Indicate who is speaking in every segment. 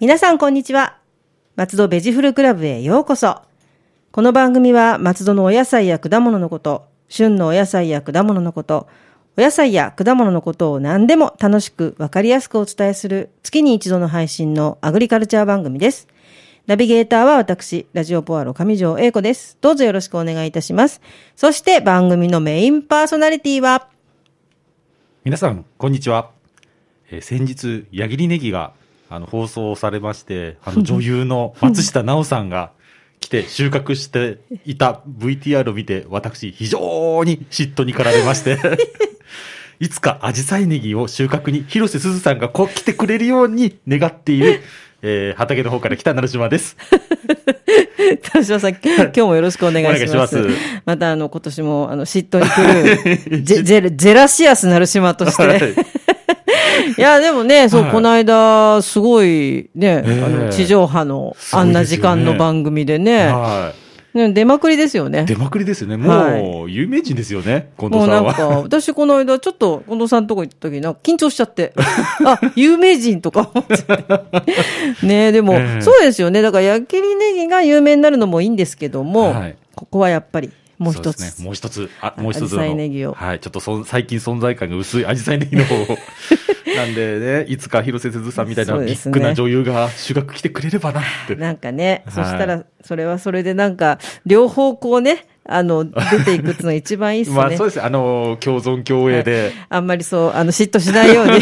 Speaker 1: 皆さんこんにちは。松戸ベジフルクラブへようこそ。この番組は松戸のお野菜や果物のこと、旬のお野菜や果物のこと、お野菜や果物のことを何でも楽しくわかりやすくお伝えする月に一度の配信のアグリカルチャー番組です。ナビゲーターは私、ラジオポアロ上条英子です。どうぞよろしくお願いいたします。そして番組のメインパーソナリティは、
Speaker 2: 皆さんこんにちは、えー先日矢切ネギがあの放送されまして あの女優の松下奈緒さんが来て収穫していた VTR を見て私非常に嫉妬に駆られまして いつか紫陽花ネギを収穫に広瀬すずさんがこう来てくれるように願っている、えー畑の方から来た成 島です
Speaker 1: 田 島さん、今日もよろしくお願いします。
Speaker 2: お願いし
Speaker 1: また、あの、今年も、あの、嫉妬に来 る、ゼゼラゼラシアスなる島とし
Speaker 2: は
Speaker 1: て。
Speaker 2: い
Speaker 1: いや、でもね、そう、
Speaker 2: はい
Speaker 1: この間、すごい、ね、
Speaker 2: え
Speaker 1: あの、地上波の、
Speaker 2: すご
Speaker 1: あ
Speaker 2: いですよね
Speaker 1: んな時間の番組でね、
Speaker 2: は
Speaker 1: ね出まくりですよね
Speaker 2: い、。出まくりですよねも
Speaker 1: は
Speaker 2: う有名人ですよね近
Speaker 1: も
Speaker 2: 藤
Speaker 1: う
Speaker 2: さ
Speaker 1: なんん
Speaker 2: は
Speaker 1: か、私この間、ちょっと、近藤さんのとこ行った時、なんか緊張しちゃ って。あ、有名人とか思っちゃって。ねえ、でも、
Speaker 2: ええ
Speaker 1: そうですよね。だから、矢切ネギが有名になるのもいいんですけども、
Speaker 2: はい
Speaker 1: ここはやっぱり、もう
Speaker 2: そ
Speaker 1: 一
Speaker 2: で
Speaker 1: つ
Speaker 2: すね、もう一つ、あ、もう一つ
Speaker 1: 紫陽
Speaker 2: の
Speaker 1: 花ネギを
Speaker 2: はい、ちょっとそん最近存在感が薄いアジサイネ ギの方を。なんでね、いつか広瀬すずさんみたいな
Speaker 1: そう
Speaker 2: ビ
Speaker 1: です
Speaker 2: ッ
Speaker 1: ね
Speaker 2: グな女優が主学来てくれればな って。
Speaker 1: なんかね、
Speaker 2: はい
Speaker 1: そしたら、それはそれでなんか、両方こうね、あの、出ていくっていうのが一番いいっすね。
Speaker 2: まあそうですね、あのー、共存共栄で。
Speaker 1: あんまりそう、あの、嫉妬しない ように。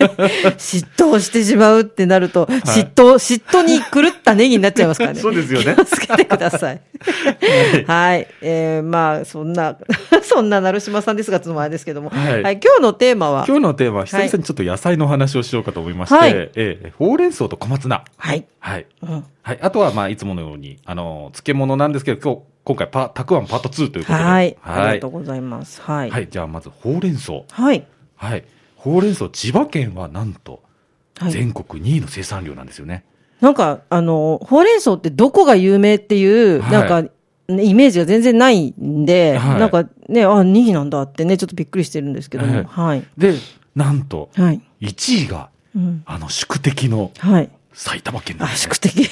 Speaker 1: 嫉妬をしてしまうってなると、嫉妬、嫉妬に狂ったネギになっちゃいますからね。
Speaker 2: そうですよね
Speaker 1: 気をつけてください。はい。えー、まあ、そんな、 そんな成島さんですが、つもあれですけども。は、
Speaker 2: はいい
Speaker 1: 今日のテーマは、
Speaker 2: 今日のテーマは久々にちょっと野菜の話をしようかと思いまして、
Speaker 1: はい
Speaker 2: ええほうれん草と小松菜。
Speaker 1: はい。
Speaker 2: はい。
Speaker 1: うん
Speaker 2: はい。あとは、まあ、いつものように、あのー、漬物なんですけど、今日、今回パ、たくあんパート2ということで。
Speaker 1: はい。あ
Speaker 2: は
Speaker 1: りが
Speaker 2: い
Speaker 1: とう。ございます。はい。
Speaker 2: はい。じゃあ、まず、ほうれん草。
Speaker 1: はい。
Speaker 2: はい。ほうれん草、千葉県はなんと、
Speaker 1: はい
Speaker 2: 全国2位の生産量なんですよね。
Speaker 1: なんか、あの、ほうれん草ってどこが有名っていう、
Speaker 2: はい
Speaker 1: なんか、ねイメージが全然ないんで、
Speaker 2: はい
Speaker 1: なんかね、あ、2位なんだってね、ちょっとびっくりしてるんですけども、はい。
Speaker 2: で、なんと、
Speaker 1: はい。
Speaker 2: 1位が、
Speaker 1: うん。
Speaker 2: あの、宿敵の
Speaker 1: はい。
Speaker 2: 埼玉県なん
Speaker 1: あ、
Speaker 2: です、ね。
Speaker 1: 宿 敵。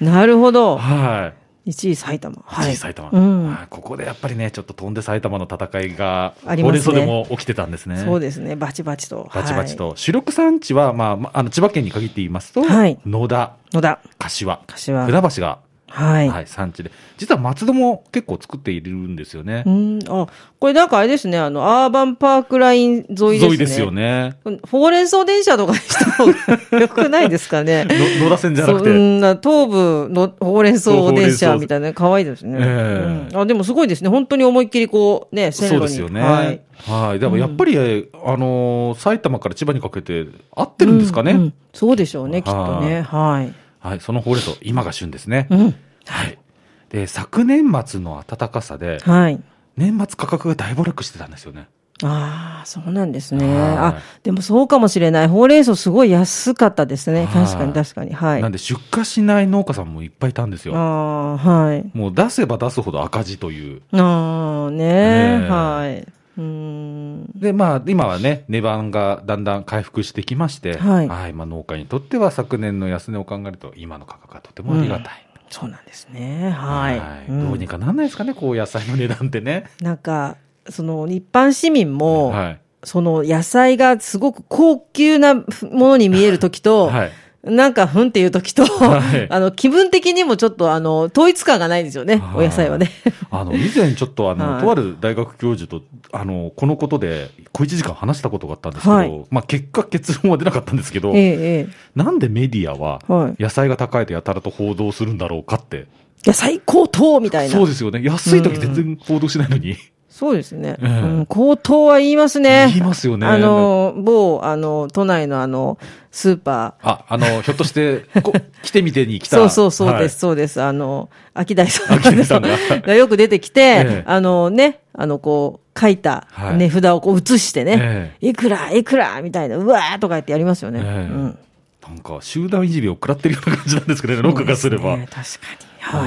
Speaker 1: なるほど。
Speaker 2: はい。
Speaker 1: 1位埼玉。は
Speaker 2: 1
Speaker 1: い。
Speaker 2: 位埼玉、
Speaker 1: うん
Speaker 2: はいここでやっぱりね、ちょっと飛んで埼玉の戦いが、
Speaker 1: あり
Speaker 2: ほ
Speaker 1: ますね
Speaker 2: うれん草でも起きてたんですね。
Speaker 1: そうですね。バチバチと。
Speaker 2: バチバチ
Speaker 1: は
Speaker 2: と。主力産地は、まあまあ、あの、千葉県に限って言いますと、
Speaker 1: はい
Speaker 2: 野田、
Speaker 1: い。野田。
Speaker 2: 柏、
Speaker 1: 柏
Speaker 2: 船橋が、
Speaker 1: はい。
Speaker 2: はい、産地で。実は松戸も結構作っているんですよね
Speaker 1: う。ん。あ、これなんかあれですね。あの、アーバンパークライン沿いですね。
Speaker 2: 沿いですよ。ね。
Speaker 1: ほうれん草電車とかにした方がよくないですかね。
Speaker 2: の野田線じゃなく
Speaker 1: そうう
Speaker 2: て。
Speaker 1: んな東部のほうれん草電車みたいな、可愛いですね、
Speaker 2: ええ
Speaker 1: うんあ。でもすごいですね。本当に思いっきりこう、ね、線路
Speaker 2: そう
Speaker 1: に。
Speaker 2: ですよね。
Speaker 1: は
Speaker 2: はいい。。でもやっぱり、えーあのー埼玉から千葉にかけて合ってるんですかね。
Speaker 1: ううんそうでしょうね、きっとね。はい。
Speaker 2: はい。そのほうれん草、今が旬ですね。
Speaker 1: うん。
Speaker 2: はい。で、昨年末の暖かさで、
Speaker 1: はい。
Speaker 2: 年末価格が大暴落してたんですよね。
Speaker 1: ああ、そうなんですね。
Speaker 2: はい
Speaker 1: あ、でもそうかもしれない。ほうれん草すごい安かったですね。
Speaker 2: はい
Speaker 1: 確かに確かに。はい。
Speaker 2: なんで出荷しない農家さんもいっぱいいたんです
Speaker 1: あ
Speaker 2: よ。
Speaker 1: あ、はい。
Speaker 2: もう出せば出すほど赤字という。
Speaker 1: ああ、ね
Speaker 2: ねえ
Speaker 1: はい。うーん。
Speaker 2: で、まあ、今はね、値段がだんだん回復してきまして、
Speaker 1: はい
Speaker 2: まあ、農家にとっては昨年の安値を考えると、今の価格がとてもありがたい。
Speaker 1: そうなんですね。はい。ん
Speaker 2: どうにかなんないですかね、こう野菜の値段ってね。
Speaker 1: なんか、その一般市民も、
Speaker 2: はい。
Speaker 1: その野菜がすごく高級なものに見えるときと、
Speaker 2: はい。
Speaker 1: なんかふんっていうときと、
Speaker 2: はい
Speaker 1: あの気分的にもちょっとあの統一感がないんですよね、
Speaker 2: は
Speaker 1: お
Speaker 2: い
Speaker 1: 野菜はね。
Speaker 2: あの、以前ちょっとあの、
Speaker 1: はい
Speaker 2: とある大学教授と、あの、このことで、小一時間話したことがあったんですけど、
Speaker 1: はい
Speaker 2: まあ結果結論は出なかったんですけど、
Speaker 1: えええ
Speaker 2: なんでメディアは
Speaker 1: え、はい。
Speaker 2: 野菜が高いとやたらと報道するんだろうかって。
Speaker 1: 野菜高騰みたいな。
Speaker 2: そうですよね。安い時全然報道しないのに。
Speaker 1: そうですね、
Speaker 2: ええ
Speaker 1: うん。高騰は言いますね。
Speaker 2: 言いますよね
Speaker 1: あの、某、あの、都内のあの、スーパー。
Speaker 2: あ、あの、ひょっとして、こ来てみてに来た。
Speaker 1: そうそうそうです、
Speaker 2: す。
Speaker 1: そうです。あの、秋大さん
Speaker 2: 秋大さんが
Speaker 1: がよく出てきて、
Speaker 2: ええ
Speaker 1: あのね、あの、こう、書いた
Speaker 2: はい
Speaker 1: 値札をこう写してね、
Speaker 2: え
Speaker 1: いくら、いくら、みたいな、うわーとか言ってやりますよね。
Speaker 2: ええ
Speaker 1: うん。
Speaker 2: なんか、集団いじめを食らってるような感じなんですけどね、録画すれ
Speaker 1: そうで
Speaker 2: ば。
Speaker 1: すね確かに。は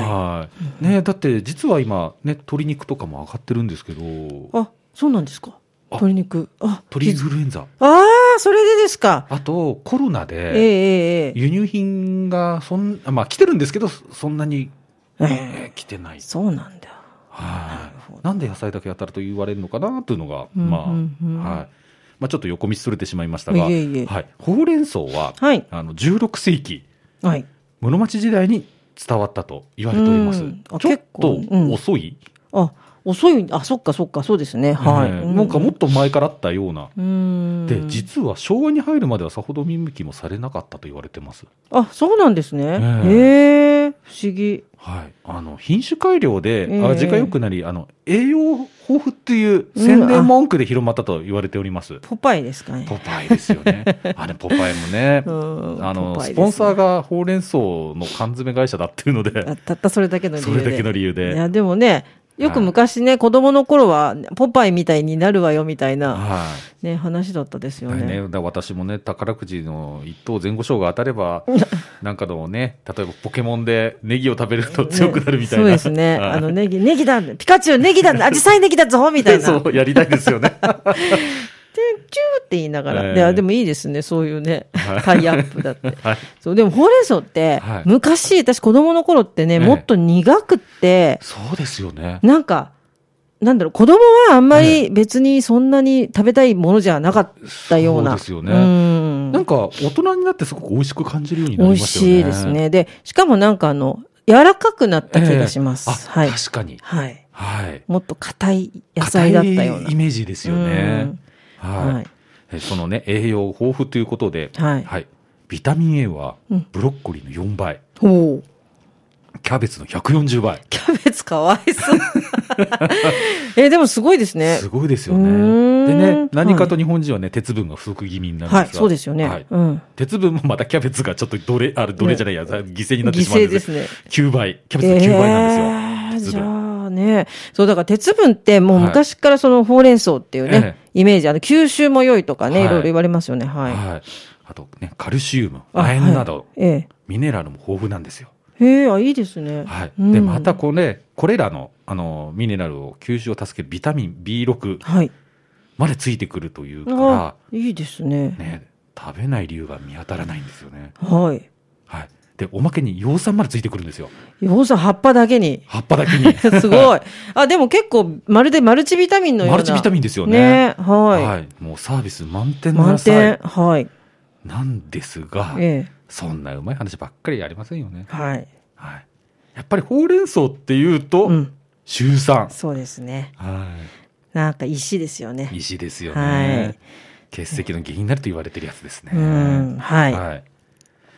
Speaker 2: はい。ねだって実は今、ね、鶏肉とかも上がってるんですけど、
Speaker 1: い。あ、そうなんですか。
Speaker 2: あ
Speaker 1: 鶏肉。あ、
Speaker 2: 鳥インフルエンザ。
Speaker 1: ああ、それでですか。
Speaker 2: あと、コロナ
Speaker 1: ええ
Speaker 2: で、
Speaker 1: えええ
Speaker 2: 輸入品がそん、あまあ、来てるんですけど、そんなに、
Speaker 1: え
Speaker 2: えー来てない
Speaker 1: え。そうなんだ。
Speaker 2: は
Speaker 1: るほど。
Speaker 2: いなんで野菜だけ当たると言われるのかなというのが、
Speaker 1: うん
Speaker 2: まあ、
Speaker 1: うんうん
Speaker 2: はい。まあ、ちょっと横道それてしまいましたが、
Speaker 1: いえいえ
Speaker 2: はい。ほうれん草は、
Speaker 1: はい。
Speaker 2: あの、16世紀、
Speaker 1: はい。
Speaker 2: 室町時代に伝わったと言われております
Speaker 1: うんあ。
Speaker 2: ちょっと
Speaker 1: 結構うん
Speaker 2: 遅い、
Speaker 1: あ、遅い、あ、そっかそっか、そうですね。はい。
Speaker 2: えーなんかもっと前からあったような。
Speaker 1: うん。
Speaker 2: で、実は昭和に入るまではさほど見向きもされなかったと言われてます。
Speaker 1: あ、そうなんですね。
Speaker 2: ええ
Speaker 1: へえ、不思議。
Speaker 2: はい。あの、品種改良で
Speaker 1: ええ
Speaker 2: 味が良くなり、あの、栄養豊富っていう宣伝文句で広まったと言われております。
Speaker 1: ポパイですかね。
Speaker 2: ポパイですよ ね。あれ、ポパイもね。
Speaker 1: うん
Speaker 2: あの、
Speaker 1: ポパイ
Speaker 2: ス
Speaker 1: ですね
Speaker 2: ポンサーがほうれん草の缶詰会社だっていうので、
Speaker 1: あたったそれだけの理
Speaker 2: そ
Speaker 1: 由で。
Speaker 2: れだけの理由
Speaker 1: い
Speaker 2: で。
Speaker 1: や、でもね、よく昔ね、子供の頃は、ポパイみたいになるわよ、みたいな、
Speaker 2: はい。
Speaker 1: ね、話だったですよ
Speaker 2: だよね
Speaker 1: ね。
Speaker 2: だから私もね、宝くじの一等前後賞が当たれば、なんかのね、例えばポケモンでネギを食べると強くなるみたいな。
Speaker 1: そうですね。
Speaker 2: はい
Speaker 1: あの、ネギ、ネギだ、ピカチュウネギだ、アジサイネギだぞ、みたいな。
Speaker 2: そう、やりたいです よね。
Speaker 1: で、チューって言いながら。
Speaker 2: ええ
Speaker 1: いや、でもいいですね、そういうね、タイアップだって。
Speaker 2: はい。
Speaker 1: そう、でもほうれん草って、
Speaker 2: はい
Speaker 1: 昔、私子供の頃ってね、
Speaker 2: え
Speaker 1: もっと苦くって、
Speaker 2: そうですよね。
Speaker 1: なんか、なんだろう、子供はあんまり別にそんなに食べたいものじゃなかったような。
Speaker 2: そうですよね
Speaker 1: うん
Speaker 2: なんか、大人になってすごく美味しく感じるようにな
Speaker 1: 美
Speaker 2: りま
Speaker 1: 味
Speaker 2: したよ
Speaker 1: し
Speaker 2: ね。
Speaker 1: いです。ね。で、しかもなんかあの、柔らかくなった気がします。
Speaker 2: あ、
Speaker 1: はい。
Speaker 2: 確かに。
Speaker 1: はい。
Speaker 2: はい。
Speaker 1: もっと硬い野菜だったよう
Speaker 2: 硬
Speaker 1: な。
Speaker 2: いイメージですよね。
Speaker 1: は。
Speaker 2: はいい。えそのね、栄養豊富ということで、
Speaker 1: はい
Speaker 2: はい。ビタミン A は
Speaker 1: うん
Speaker 2: ブロッコリーの4倍、
Speaker 1: おう
Speaker 2: キャベツの140倍。
Speaker 1: キャベツかわいそう。 え、でもすごいですね
Speaker 2: す。ごいですよ
Speaker 1: うーん
Speaker 2: ね。で
Speaker 1: はい
Speaker 2: ね、何かと日本人はね、鉄分が不足気味になるんですが、
Speaker 1: はい、そうですよね。
Speaker 2: はい
Speaker 1: うん。
Speaker 2: 鉄分もまたキャベツがちょっと奴隷、あれ奴隷じゃないや、犠牲になってしまう
Speaker 1: 犠
Speaker 2: ん
Speaker 1: 牲で
Speaker 2: ですす
Speaker 1: ね
Speaker 2: ね。9倍。キャベツの9倍なんですよ。
Speaker 1: えー
Speaker 2: 鉄
Speaker 1: じ
Speaker 2: 分。
Speaker 1: ゃあね、そうだから鉄分ってもう昔からそのほうれん草っていうね、
Speaker 2: え
Speaker 1: イメージ、あの吸収も良いとかね、、
Speaker 2: はいい
Speaker 1: ろいろ言われますよね、はい。
Speaker 2: はい。あとね、カルシウム、
Speaker 1: あ
Speaker 2: 亜鉛など、
Speaker 1: はいえ
Speaker 2: ミネラルも豊富なんですよ。
Speaker 1: え。へえ、あ、いいですね。
Speaker 2: はい。
Speaker 1: うん
Speaker 2: で、またこれ、これらの、あの、ミネラルを吸収を助けるビタミン B6
Speaker 1: はい。
Speaker 2: までついてくるという
Speaker 1: あ
Speaker 2: か、
Speaker 1: いいですね。
Speaker 2: ら、ね、食べない理由が見当たらないんですよね。
Speaker 1: はい。
Speaker 2: はい。で、おまけに葉酸までついてくるんですよ。
Speaker 1: 要素葉っぱだけに。
Speaker 2: 葉っぱだけに。
Speaker 1: すごい。あ、でも結構、まるでマルチビタミンのような。
Speaker 2: マルチビタミンですよね。
Speaker 1: ねはい。
Speaker 2: もうサービス満点の
Speaker 1: 満
Speaker 2: 野
Speaker 1: 点。
Speaker 2: 菜
Speaker 1: はい。
Speaker 2: なんですが、
Speaker 1: ええ。
Speaker 2: そんなうまい話ばっかりありませんよね。
Speaker 1: はい。
Speaker 2: はい。やっぱりほうれん草っていうと、
Speaker 1: うん。
Speaker 2: 週酸。
Speaker 1: そうですね。
Speaker 2: は
Speaker 1: なんか石ですよね。
Speaker 2: い。石ですよね。
Speaker 1: はい
Speaker 2: 欠席の原因になると言われてるやつですね。
Speaker 1: うん。はい。は
Speaker 2: はい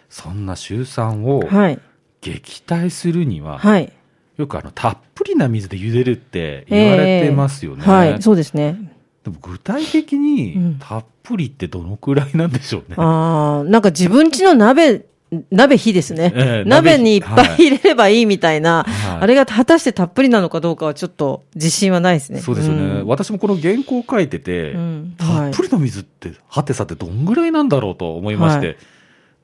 Speaker 2: そんな週酸を
Speaker 1: い。はい。
Speaker 2: 撃退するには、
Speaker 1: はい。
Speaker 2: よくあの、たっぷりな水で茹でるって言われてますよね。
Speaker 1: はい。そうですね。
Speaker 2: でも具体的に、
Speaker 1: うん
Speaker 2: たっぷりってどのくらいなんでしょうね。
Speaker 1: ああ、なんか自分家の鍋、鍋火ですね。
Speaker 2: ええ
Speaker 1: 鍋にいっぱい
Speaker 2: 鍋火
Speaker 1: 入れればいいみたいな、
Speaker 2: はい
Speaker 1: あれが果たしてたっぷりなのかどうかはちょっと自信はないですね。
Speaker 2: そうですよね、
Speaker 1: ん
Speaker 2: 私もこの原稿を書いてて、
Speaker 1: うん
Speaker 2: たっぷりの水って、はてさてどんぐらいなんだろうと思いまして、
Speaker 1: は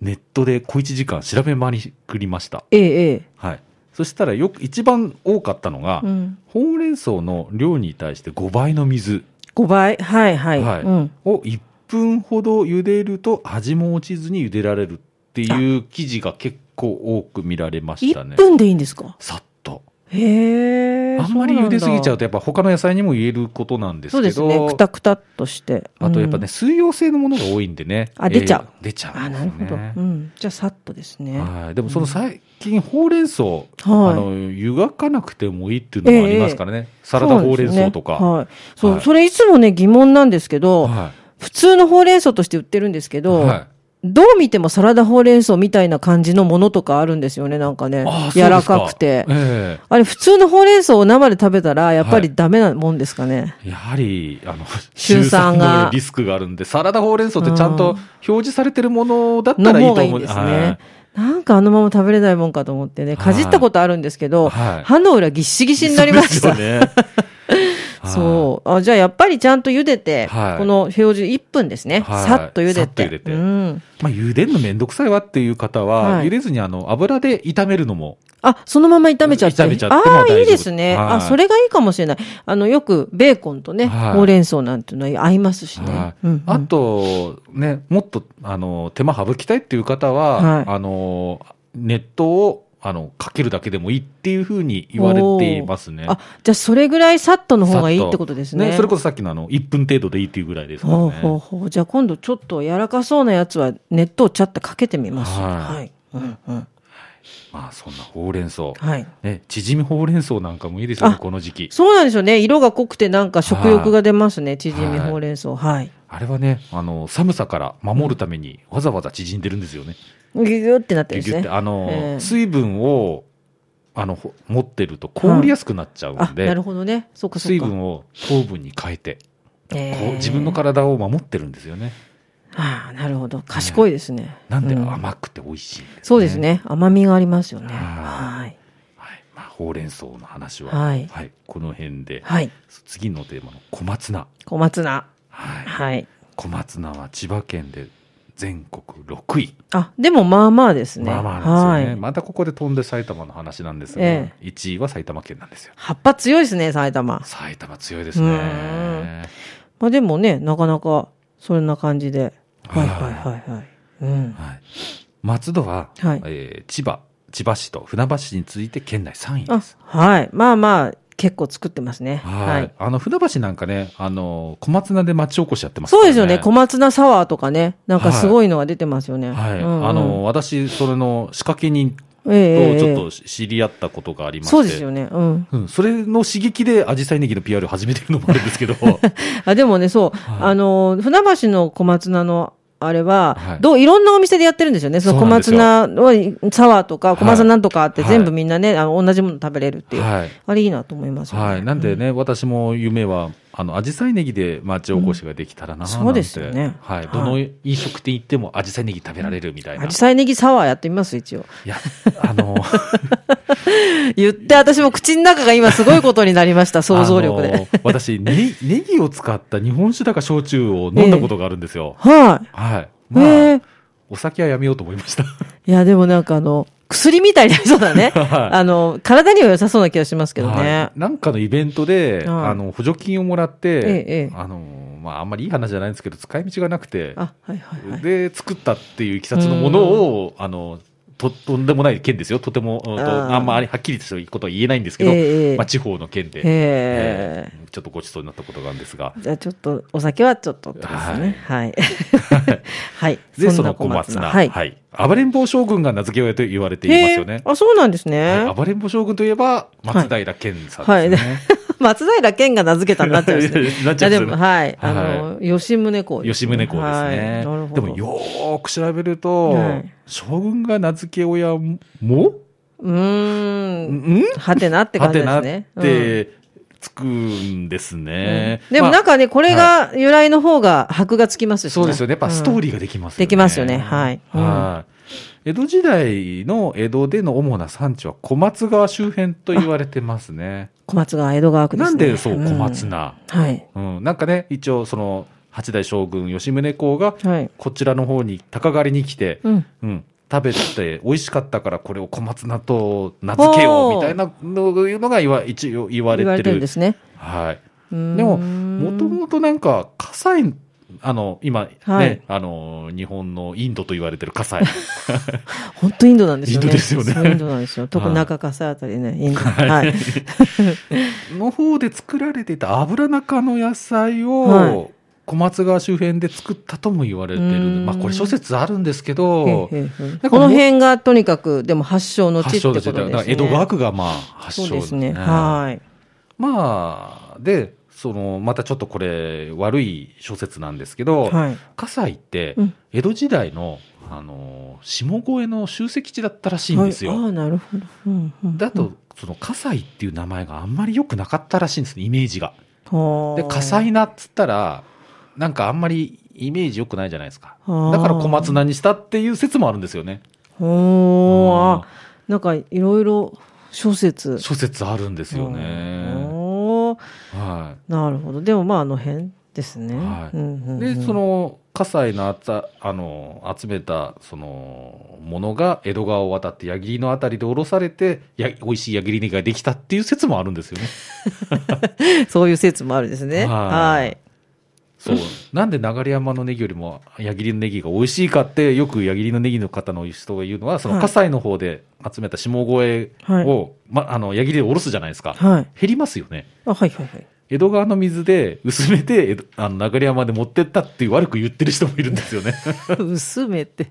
Speaker 2: ネットで小一時間調べまくりました。
Speaker 1: ええ、ええ。
Speaker 2: はい。そしたらよく、一番多かったのが、
Speaker 1: うん
Speaker 2: ほうれん草の量に対して5倍の水、
Speaker 1: 5倍はいはい。
Speaker 2: はい
Speaker 1: うん。
Speaker 2: を1分ほど茹でると味も落ちずに茹でられるっていう記事が結構多く見られました
Speaker 1: 1
Speaker 2: ね。
Speaker 1: 分でいいんですか
Speaker 2: さっと。
Speaker 1: へえ。
Speaker 2: あんまり茹ですぎちゃう
Speaker 1: と
Speaker 2: とやっぱ他の野菜にも言えることなんです
Speaker 1: そう
Speaker 2: け
Speaker 1: です
Speaker 2: ど、
Speaker 1: ね。くたくたっとして。
Speaker 2: あとやっぱ
Speaker 1: うん
Speaker 2: ね、。水溶性のものが多いんでね。
Speaker 1: あ出ちゃう
Speaker 2: えー出ちゃ
Speaker 1: あ、
Speaker 2: うんで
Speaker 1: な
Speaker 2: す
Speaker 1: る
Speaker 2: よ
Speaker 1: ほ
Speaker 2: ね。
Speaker 1: ど。うん。じゃあ、さっとですね。
Speaker 2: はい。でもその最近、ほうれん草、あの、湯がかなくてもいいっていうのもありますからね。サラダほうれん草とか。
Speaker 1: そうなんですねはい。そう、
Speaker 2: はい
Speaker 1: それいつもね、疑問なんですけど、
Speaker 2: は
Speaker 1: 普通のほうれん草として売ってるんですけ
Speaker 2: い。
Speaker 1: ど、
Speaker 2: はい
Speaker 1: どう見てもサラダほうれん草みたいな感じのものとかあるんですよね、なんかね
Speaker 2: ああ。
Speaker 1: 柔らかくて
Speaker 2: そ。うですかえ
Speaker 1: あれ、普通のほうれん草を生で食べたら、やっぱりダメなもんですかね。
Speaker 2: えやはり、 あの、
Speaker 1: シュウ酸が
Speaker 2: シュウ酸のリスクがあるんで、サラダほうれん草ってちゃんと表示されてるものだった
Speaker 1: の
Speaker 2: らい
Speaker 1: 方
Speaker 2: いと
Speaker 1: がい
Speaker 2: 思
Speaker 1: い
Speaker 2: うん
Speaker 1: で
Speaker 2: ですす
Speaker 1: ね。なんかあのまま食べれないもんかと思ってね、
Speaker 2: はい
Speaker 1: かじったことあるんですけど、
Speaker 2: はい
Speaker 1: 歯の裏ぎっしぎしになりました。
Speaker 2: そうですよねはい
Speaker 1: そう。あ、じゃあやっぱりちゃんと茹でて、
Speaker 2: はい
Speaker 1: この表示1分ですね。
Speaker 2: はい
Speaker 1: さっと茹
Speaker 2: さ
Speaker 1: で
Speaker 2: っと
Speaker 1: て。
Speaker 2: 茹でて
Speaker 1: うん。
Speaker 2: まあ、茹でるのめんどくさいわっていう方は、
Speaker 1: はい
Speaker 2: 茹でずにあの油で炒めるのも、
Speaker 1: あ、そのまま炒めちゃって。
Speaker 2: 炒めちゃっても
Speaker 1: あ
Speaker 2: 大
Speaker 1: あ、
Speaker 2: 丈夫
Speaker 1: いいですね。
Speaker 2: はい
Speaker 1: あ、それがいいかもしれない。あの、よくベーコンとね、
Speaker 2: はい
Speaker 1: ほうれん草なんていうのは合いますしね。
Speaker 2: はい
Speaker 1: うんうん
Speaker 2: あと、ね、もっとあの手間省きたいっていう方は、
Speaker 1: はい
Speaker 2: あの熱湯をあのかけるだけでもいいっていうふうに言われていますね。
Speaker 1: あ、じゃあそれぐらいさっとの方がいい
Speaker 2: さと
Speaker 1: ってことですね。
Speaker 2: それこそさっきのあの1分程度でいいっていうぐらいですからね。
Speaker 1: ほうほうほう。じゃあ今度ちょっと柔らかそうなやつは熱湯をちゃっとかけてみます。
Speaker 2: はい
Speaker 1: はい。うんうん。
Speaker 2: まあそんなほうれん草、
Speaker 1: はい。
Speaker 2: ね、縮みほうれん草なんかもいいですよね
Speaker 1: あ
Speaker 2: この時期。
Speaker 1: そうなんですよね。色が濃くてなんか食欲が出ますね。縮み
Speaker 2: はい
Speaker 1: ほうれん草。はい。
Speaker 2: あれはねあの寒さから守るためにわざわざ縮んでるんですよね。
Speaker 1: ギュギュギュってなって
Speaker 2: ギ
Speaker 1: る
Speaker 2: ュ
Speaker 1: んです
Speaker 2: ギュっ
Speaker 1: ね。
Speaker 2: てあの、
Speaker 1: ええ
Speaker 2: 水分をあのほ持ってると凍りやすくなっちゃう
Speaker 1: あ
Speaker 2: ん、で。
Speaker 1: なるほどね。そっかそっか。
Speaker 2: 水分を糖分に変えて、
Speaker 1: えー
Speaker 2: こう自分の体を守ってるんですよね。
Speaker 1: ああ、なるほど。賢いですね。
Speaker 2: なんで
Speaker 1: う
Speaker 2: 甘くて美味しいんです、ね
Speaker 1: そうです。ね。甘みがありますよね。
Speaker 2: は
Speaker 1: はい。
Speaker 2: はい、まあ、ほうれん草の話は、
Speaker 1: は
Speaker 2: はいい、この辺で、
Speaker 1: はい。
Speaker 2: 次のテーマの小松菜。
Speaker 1: 小松菜。
Speaker 2: はい、
Speaker 1: はい。
Speaker 2: 小松菜は千葉県で全国6位。
Speaker 1: あ、でもまあまあですね。
Speaker 2: まあまあなんですよね。
Speaker 1: はい。
Speaker 2: またここで飛んで埼玉の話なんですが、
Speaker 1: え
Speaker 2: 1位は埼玉県なんですよ。
Speaker 1: 葉っぱ強いですね、埼玉。
Speaker 2: 埼玉強いです
Speaker 1: う
Speaker 2: ね
Speaker 1: ん。まあでもね、なかなか、そんな感じで。はいはいはいはい。うん。
Speaker 2: はい、松戸は、
Speaker 1: はい
Speaker 2: えー千葉、千葉市と船橋市に続いて県内3位で
Speaker 1: あ
Speaker 2: す。、
Speaker 1: はい。まあまあ、結構作ってますね。
Speaker 2: は
Speaker 1: はいい。。
Speaker 2: あの、船橋なんかね、あの、小松菜で町おこしやってますか
Speaker 1: そ
Speaker 2: ら
Speaker 1: うですよね。小松菜サワーとかね。なんかすごいのが出てますよね。
Speaker 2: はい。
Speaker 1: うんうん
Speaker 2: あの、、私、それの仕掛け人
Speaker 1: えええ
Speaker 2: と
Speaker 1: え
Speaker 2: ちょっ
Speaker 1: え
Speaker 2: と知り合ったことがあり
Speaker 1: え
Speaker 2: まして。
Speaker 1: そうですよね。うん。
Speaker 2: うん。それの刺激で、アジサイネギの PR を始めてるのもあるんです けど。
Speaker 1: あ、でもね、そう。
Speaker 2: はい
Speaker 1: あの、船橋の小松菜の、あれは、
Speaker 2: はい
Speaker 1: どう、いろんなお店でやってるんですよね。その
Speaker 2: そ
Speaker 1: 小
Speaker 2: うなんです
Speaker 1: 松
Speaker 2: よ
Speaker 1: 菜は、サワーとか、小松菜なんとかって
Speaker 2: はい
Speaker 1: 全部みんなね、あの、同じもの食べれるっていう。
Speaker 2: はい。
Speaker 1: あれいいなと思いますよね、
Speaker 2: はい。なんでね、私も夢は、あの、アジサイネギで町おこしができたらな
Speaker 1: うん
Speaker 2: なんて、
Speaker 1: そうですよね
Speaker 2: はい。
Speaker 1: はい
Speaker 2: どの飲食店行ってもアジサイネギ食べられるみたいな。
Speaker 1: アジサイネギサワーやってみます、一応。
Speaker 2: いや、あの、
Speaker 1: 言って、私も口の中が今すごいことになりました、想像力
Speaker 2: あの
Speaker 1: で。
Speaker 2: 私、ね、ネギを使った日本酒だか焼酎を飲んだことがあるんで すよ。
Speaker 1: は
Speaker 2: はい。
Speaker 1: い。
Speaker 2: まあ、
Speaker 1: ええ
Speaker 2: お酒はやめようと思いました。
Speaker 1: いや、でもなんかあの、薬みたいになりそうだね。
Speaker 2: はい
Speaker 1: あの、体には良さそうな気がしますけどね
Speaker 2: は。いなんかのイベント
Speaker 1: は
Speaker 2: で、
Speaker 1: い
Speaker 2: あの、補助金をもらっ
Speaker 1: え
Speaker 2: て、
Speaker 1: えええ
Speaker 2: あの、まあ、あんまりいい話じゃないんですけど、使い道がなくて、
Speaker 1: あ、はいはいはい。
Speaker 2: で、作ったっていういきさつのものを、あの、と、とんでもない県ですよ。とても、うんと
Speaker 1: あー
Speaker 2: あんまりはっきりとしたことは言えないんですけど、
Speaker 1: ええええ
Speaker 2: まあ、地方の県で、
Speaker 1: ええ
Speaker 2: えちょっとごちそうになったことがあるんですが、
Speaker 1: じゃあちょっと、お酒はちょっとってことですね。はい。 はい。
Speaker 2: で、
Speaker 1: ん
Speaker 2: そ
Speaker 1: な
Speaker 2: の小松菜。
Speaker 1: は。
Speaker 2: はいい。暴れん坊将軍が名付け親と言われていますよ
Speaker 1: へえ
Speaker 2: ね。
Speaker 1: あ、そうなんです
Speaker 2: はい
Speaker 1: ね。
Speaker 2: 暴れん坊将軍といえば、松平健さんですよね。
Speaker 1: はい 松平健が名付けたになっちゃうんですね。
Speaker 2: なっちゃうん
Speaker 1: いやで
Speaker 2: ですよね
Speaker 1: も、はい。あの、吉宗公です
Speaker 2: 吉宗公です
Speaker 1: は
Speaker 2: ね
Speaker 1: い。なるほ
Speaker 2: で
Speaker 1: ど。
Speaker 2: も、よーく調べると、
Speaker 1: はい
Speaker 2: 将軍が名付け親も、
Speaker 1: うーん。
Speaker 2: ん
Speaker 1: はてなって
Speaker 2: は
Speaker 1: 感じで
Speaker 2: てな
Speaker 1: す
Speaker 2: っ
Speaker 1: ね。
Speaker 2: てつくんですね。
Speaker 1: でもなん
Speaker 2: か、
Speaker 1: かね、これが、由来の方が、箔がつきますし、ね、
Speaker 2: そうですよね。やっぱストー
Speaker 1: リ
Speaker 2: リーができますよね。
Speaker 1: できますよねはいうん
Speaker 2: はい江戸時代の江戸での主な産地は小松川周辺と言われてますね。
Speaker 1: 小松川、江戸川区ですね。
Speaker 2: なんでそう、
Speaker 1: ん
Speaker 2: 小松菜。
Speaker 1: はい。
Speaker 2: うん。なんかね、一応その、八代将軍吉宗公が、
Speaker 1: はい。
Speaker 2: こちらの方に鷹狩りに来て、
Speaker 1: うん。
Speaker 2: うん。食べて美味しかったからこれを小松菜と名付けようみたいなのいうのが言わ一応言われ
Speaker 1: 言われ
Speaker 2: て
Speaker 1: てるん
Speaker 2: る。
Speaker 1: ですね。
Speaker 2: はい。
Speaker 1: で
Speaker 2: でも、もともとなんか、火災、あの、今ね、
Speaker 1: はい
Speaker 2: あの、日本のインドと言われてる火災。
Speaker 1: 本当インドなんですよね。
Speaker 2: インドですよね
Speaker 1: そうインドなんですよ。特に中笠あたりね、インド。はい。
Speaker 2: の方で作られていた油中の野菜
Speaker 1: は
Speaker 2: を、小松川周辺で作ったとも言われて
Speaker 1: う
Speaker 2: る。
Speaker 1: ーん
Speaker 2: まあ、これ諸説あるんですけ
Speaker 1: へ
Speaker 2: ど、
Speaker 1: へへ
Speaker 2: か
Speaker 1: この辺がとにかく、でも発祥の地
Speaker 2: 発
Speaker 1: ってこと
Speaker 2: 祥で
Speaker 1: ですす
Speaker 2: よね。だから
Speaker 1: ね。
Speaker 2: 江戸川区がまあ、発
Speaker 1: そ
Speaker 2: 祥
Speaker 1: うですね。
Speaker 2: はい
Speaker 1: はい。
Speaker 2: まあ、で、その、またちょっとこれ、悪い諸説なんですけど、
Speaker 1: はい。
Speaker 2: 葛西って
Speaker 1: うん
Speaker 2: 江戸時代の、あの下越えの集積地だったらしいんですよ。
Speaker 1: はいああ、なるほど。うんうん
Speaker 2: だと、その葛西っていう名前があんまり良くなかったらしいんですねイメージが。
Speaker 1: はあ
Speaker 2: で葛西菜っつったらなんかあんまりイメージ良くないじゃないですか。だから小松菜にしたっていう説もあるんですよね。
Speaker 1: ほー
Speaker 2: う
Speaker 1: あ、
Speaker 2: ん
Speaker 1: なんかいろいろ小説。
Speaker 2: 諸説あるんですよね。
Speaker 1: おー
Speaker 2: は
Speaker 1: なるほど。でもまああの辺ですね。
Speaker 2: はい
Speaker 1: うんうんう
Speaker 2: い。
Speaker 1: ん
Speaker 2: で、その、葛西のあたあの集めた、その、ものが江戸川を渡って、矢切のあたりで降ろされて、や美味しい矢切ネギができたっていう説もあるんですよね。
Speaker 1: そういう説もあるですね。
Speaker 2: はい
Speaker 1: はい。
Speaker 2: そう。 なんで流山のネギよりも、矢切のネギが美味しいかって、よく矢切のネギの方の人が言うのは、そ
Speaker 1: は
Speaker 2: の、
Speaker 1: い
Speaker 2: 葛西の方で集めた下越
Speaker 1: はい
Speaker 2: えを、ま、あの、矢切で降ろすじゃないですか。
Speaker 1: はい。
Speaker 2: 減りますよね。
Speaker 1: あ、はいはいはい。
Speaker 2: 江戸川の水で薄めて、江戸あの、流山で持ってったっていう悪く言ってる人もいるんで すよね。
Speaker 1: 薄めて。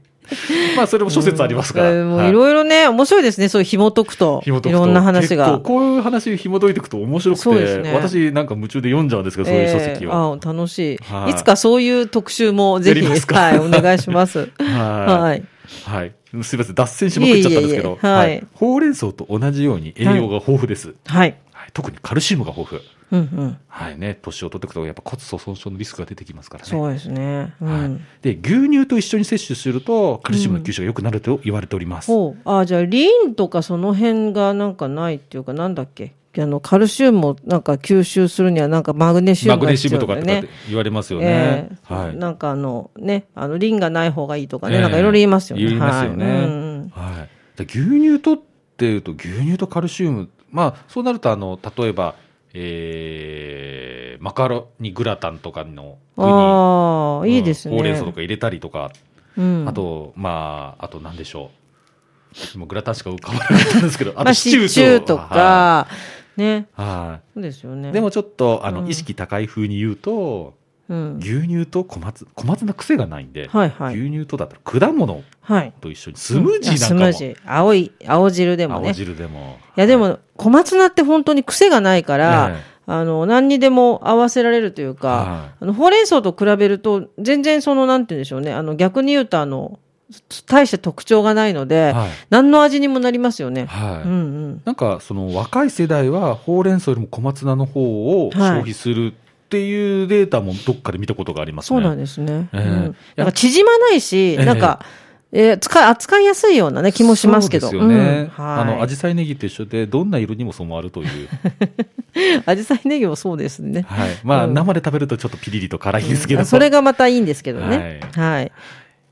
Speaker 2: まあ、それも諸説ありますから。
Speaker 1: うんえーも
Speaker 2: は
Speaker 1: ういろいろね、面白いですね。そういう紐解くと。
Speaker 2: 紐解くと
Speaker 1: いろんな話
Speaker 2: 結
Speaker 1: が
Speaker 2: 構。こういう話紐解いていくと面白く
Speaker 1: そうです
Speaker 2: て、
Speaker 1: ね
Speaker 2: 私なんか夢中で読んじゃうんですけど、そういう書籍
Speaker 1: え
Speaker 2: を。
Speaker 1: ーあ楽しい,、
Speaker 2: はい
Speaker 1: い。つかそういう特集もぜひ、
Speaker 2: やりますか
Speaker 1: はい、お願いし ます。
Speaker 2: は
Speaker 1: はい。
Speaker 2: い。はい。すみません、脱線しまくっちゃったんです
Speaker 1: いえい
Speaker 2: けど、
Speaker 1: えいえはい
Speaker 2: ほうれん草と同じように栄養が豊富です。
Speaker 1: はい。
Speaker 2: はい特にカルシウムが豊富。
Speaker 1: うんうん。
Speaker 2: はいね、年を取っていくと、やっぱ骨粗鬆症のリスクが出てきますからね。
Speaker 1: そうですね。う
Speaker 2: はい
Speaker 1: ん。、
Speaker 2: で牛乳と一緒に摂取するとカルシウムの吸収が良くなると言われております、
Speaker 1: ほう。あ、じゃあ、リンとかその辺がなんかないっていうか、なんだっけ。あの、カルシウムをなんか吸収するにはなんかマグネシウ
Speaker 2: マ
Speaker 1: ム
Speaker 2: グ
Speaker 1: が
Speaker 2: ネシ
Speaker 1: 必
Speaker 2: ウム
Speaker 1: 要
Speaker 2: とか
Speaker 1: だ
Speaker 2: っ
Speaker 1: よ
Speaker 2: て
Speaker 1: ね。
Speaker 2: 言われますよね
Speaker 1: え。え
Speaker 2: はい。
Speaker 1: なんかあのね、あの、リンがない方がいいとかね、
Speaker 2: ええ
Speaker 1: なんかいろいろ言いますよね。
Speaker 2: 言いますよね。
Speaker 1: はい
Speaker 2: は
Speaker 1: うん
Speaker 2: い。
Speaker 1: うん
Speaker 2: で牛乳とってると、牛乳とカルシウム、まあ、そうなると、あの、例えば、えーマカロニグラタンとかの具に、
Speaker 1: ああ、
Speaker 2: うん
Speaker 1: いいですね。
Speaker 2: ほうれん草とか入れたりとか、
Speaker 1: うん
Speaker 2: あと、まあ、あと何でしょう。もうグラタンしか浮かばなかったんですけど、あ
Speaker 1: ま
Speaker 2: と
Speaker 1: あ、
Speaker 2: シ
Speaker 1: シ
Speaker 2: チ
Speaker 1: チ
Speaker 2: ュー
Speaker 1: ュ
Speaker 2: と。
Speaker 1: ーとか、ね。
Speaker 2: はい。はい
Speaker 1: そうですよね。
Speaker 2: でも、ちょっと、あの、
Speaker 1: うん
Speaker 2: 意識高い風に言うと、
Speaker 1: うん、
Speaker 2: 牛乳と小松、小松菜癖がないんで、
Speaker 1: はいはい。
Speaker 2: 牛乳とだったら果物
Speaker 1: はい。
Speaker 2: と一緒にスムージーなんかも、
Speaker 1: あスムージー。青い、青汁でもね。
Speaker 2: 青
Speaker 1: い
Speaker 2: 汁でも。
Speaker 1: やでも、小松菜って本当に癖がないから、
Speaker 2: ええ
Speaker 1: あの、何にでも合わせられるというか、
Speaker 2: は
Speaker 1: あ
Speaker 2: い
Speaker 1: の、ほうれん草と比べると、全然その、なんて言うんでしょうね。あの、逆に言うと、あの、大した特徴がないので、
Speaker 2: はい
Speaker 1: 何の味にもなりますよね。
Speaker 2: は
Speaker 1: う
Speaker 2: い。
Speaker 1: んうん。
Speaker 2: なんか、その若い世代は、ほうれん草よりも小松菜の方を消費するっていうデータもどっかで見たことがあります
Speaker 1: そ
Speaker 2: ね。
Speaker 1: うなん
Speaker 2: で
Speaker 1: ですね。
Speaker 2: え
Speaker 1: う
Speaker 2: え
Speaker 1: ん、なんか縮まないし、
Speaker 2: ええ
Speaker 1: なんか、えー使い、扱いやすいようなね、気もしますけど。
Speaker 2: そうですよね。
Speaker 1: うん
Speaker 2: あの、
Speaker 1: は
Speaker 2: ア
Speaker 1: い。
Speaker 2: ジサイネギと一緒で、どんな色にも染まるという。
Speaker 1: アジサイネギもそうですね。
Speaker 2: はい。まあ、
Speaker 1: うん
Speaker 2: 生で食べるとちょっとピリリと辛いんですけど。
Speaker 1: あそれがまたいいんですけどね。
Speaker 2: は
Speaker 1: はい。